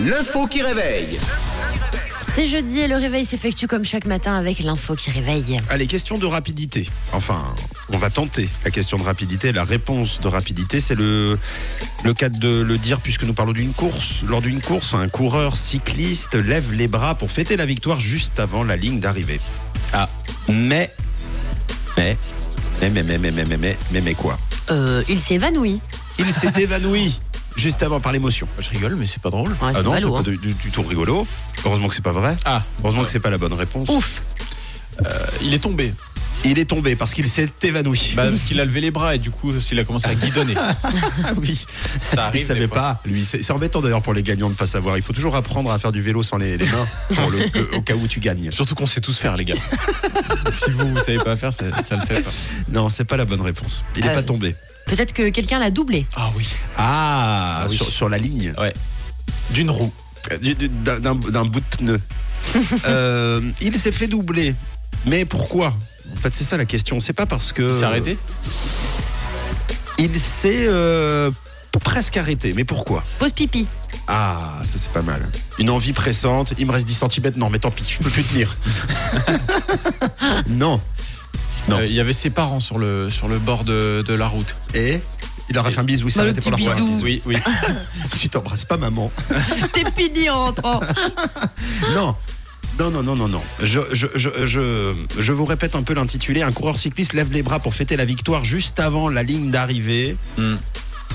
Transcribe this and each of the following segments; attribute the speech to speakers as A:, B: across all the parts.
A: L'info qui réveille.
B: C'est jeudi et le réveil s'effectue comme chaque matin avec l'info qui réveille.
C: Allez, question Ah, de rapidité. Enfin, on va tenter la question de rapidité. La réponse de rapidité, c'est le, le cas de le dire puisque nous parlons d'une course. Lors d'une course, un coureur cycliste lève les bras pour fêter la victoire juste avant la ligne d'arrivée. Ah, mais, mais, mais, mais, mais, mais, mais, mais, mais, mais, mais quoi
B: Euh, il s'évanouit.
C: Il s'est évanoui juste avant par l'émotion.
D: Je rigole, mais c'est pas drôle.
B: Ouais, c'est
C: ah non, c'est
B: ballot,
C: pas
B: hein.
C: du, du- du tout rigolo. Heureusement que c'est pas vrai.
D: Ah,
C: Heureusement que c'est pas la bonne réponse.
B: Ouf.
D: euh, il est tombé.
C: Il est tombé parce qu'il s'est évanoui.
D: Bah, parce qu'il a levé les bras et du coup, il a commencé à guidonner.
C: Ah oui.
D: Ça
C: Il
D: arrive.
C: savait
D: des fois.
C: pas, lui. C'est c'est embêtant d'ailleurs pour les gagnants de pas savoir. Il faut toujours apprendre à faire du vélo sans les, les mains, pour le- le- au cas où tu gagnes.
D: Surtout qu'on sait tous faire, les gars. si vous, vous savez pas faire, ça, ça le fait pas.
C: Non, c'est pas la bonne réponse. Il n'est
B: Ah
C: pas
B: oui.
C: tombé.
B: Peut-être que quelqu'un l'a doublé.
D: Ah oui.
C: Ah,
D: Ah oui.
C: sur, sur la ligne.
D: Ouais. D'une roue.
C: Euh, du- du- D'un d'un- d'un bout de pneu. Euh, il s'est fait doubler. Mais pourquoi En fait, c'est ça la question. C'est pas parce que.
D: Il s'est arrêté
C: Il s'est euh, presque arrêté. Mais pourquoi
B: Pause pipi.
C: Ah, ça c'est pas mal. Une envie pressante, il me reste 10 cm, non mais tant pis, je peux plus tenir. non. Non.
D: Euh, Il y avait ses parents sur le, sur le bord de, de la route.
C: Et il aurait fait un bisou, il s'est
B: Bah, le
C: arrêté pour leur
B: petit
C: faire un
B: bisou.
C: bisou.
D: Oui, oui.
C: Si t'embrasses pas maman.
B: T'es fini en rentrant.
C: Non. Non, non, non, non, non. Je, je, je, je, je vous répète un peu l'intitulé. Un coureur cycliste lève les bras pour fêter la victoire juste avant la ligne d'arrivée.
D: Hmm.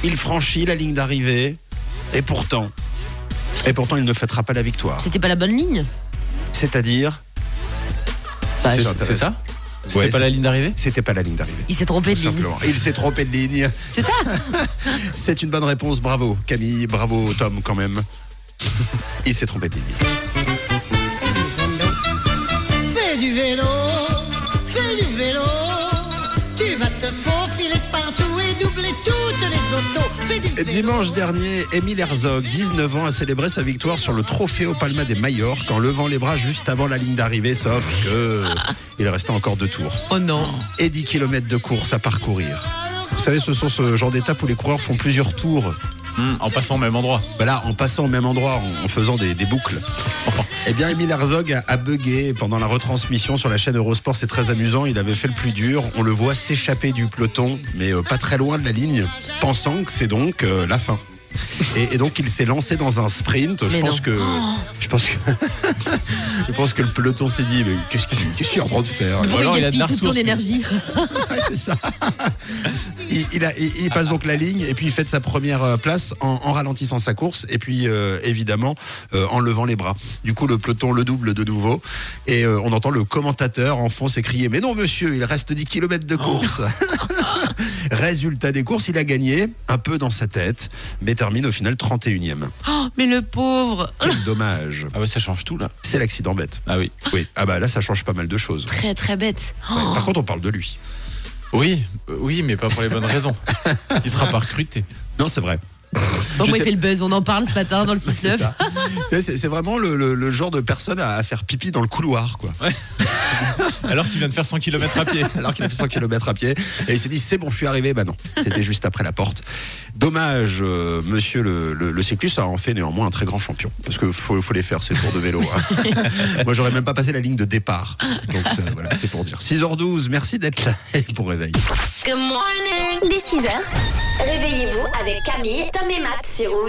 C: Il franchit la ligne d'arrivée. Et pourtant. Et pourtant, il ne fêtera pas la victoire.
B: C'était pas la bonne ligne
C: C'est-à-dire.
B: Bah,
C: C'est
B: je-
C: ça.
D: C'est ça C'était
C: Ouais,
D: pas la ligne d'arrivée
C: C'était pas la ligne d'arrivée.
B: Il s'est trompé de
C: Tout
B: ligne.
C: simplement. Il s'est trompé de ligne.
B: C'est ça
C: C'est une bonne réponse. Bravo Camille, bravo Tom quand même. Il s'est trompé de ligne.
E: Fais du vélo, fais du vélo. Tu vas te faufiler partout et doubler toutes les autos. Fais du vélo.
C: Dimanche dernier, Émile Herzog, 19 ans, a célébré sa victoire sur le Trofeo Palma des Majorques en levant les bras juste avant la ligne d'arrivée, sauf que il restait encore deux tours
B: Oh non.
C: et 10 km de course à parcourir. Vous savez, ce sont ce genre d'étapes où les coureurs font plusieurs tours
D: Hmm, En passant au même endroit.
C: Voilà, en passant au même endroit, en- en faisant des, des boucles. Eh bien, Emile Herzog a, a bugué pendant la retransmission sur la chaîne Eurosport. C'est très amusant. Il avait fait le plus dur. On le voit s'échapper du peloton, mais euh, pas très loin de la ligne, pensant que c'est donc euh, la fin. Et, et donc, il s'est lancé dans un sprint. Je
B: Mais
C: pense
B: non.
C: que, je pense que, je pense que le peloton s'est dit, mais qu'est-ce qu'il qu'est-ce qu'il est en train de faire
B: Pour
D: alors, il a de
B: gaspille
D: la
B: toute son
D: ressource, lui.
B: énergie.
C: Ouais, c'est ça. il, il a- il- il passe donc la ligne et puis il fait sa première euh, place en, en ralentissant sa course et puis euh, évidemment euh, en levant les bras. Du coup, le peloton le double de nouveau et euh, on entend le commentateur en fond s'écrier Mais non, monsieur, il reste 10 km de course. Résultat des courses, il a gagné un peu dans sa tête, mais termine au final 31e.
B: Oh, mais le pauvre.
C: Quel dommage.
D: Ah ouais, ça change tout, là.
C: C'est l'accident bête.
D: Ah oui.
C: Oui. Ah bah là, ça change pas mal de choses.
B: Très très bête. Oh,
C: Ouais. Par contre, on parle de lui.
D: Oui, euh, oui, mais pas pour les bonnes raisons. Il sera pas recruté.
C: Non, c'est vrai.
B: bon,
C: je
B: moi,
C: sais-
B: il fait le buzz. On en parle ce matin dans le
C: C'est
B: 6-9.
C: ça. C'est- C'est c'est vraiment le, le- le genre de personne à, à faire pipi dans le couloir, quoi.
D: Alors qu'il vient de faire 100 km à pied.
C: Alors qu'il a fait 100 km à pied. Et il s'est dit, c'est bon, je suis arrivé. Bah non, c'était juste après la porte. Dommage, euh, monsieur le, le- le cycliste a en fait néanmoins un très grand champion. Parce que faut, faut les faire, ces tours de vélo. hein. Moi, j'aurais même pas passé la ligne de départ. Donc euh, voilà, c'est pour dire. 6h12, merci d'être là pour réveil.
F: Dès 6h, réveillez-vous avec Camille, Tom et Matt sur Rouge.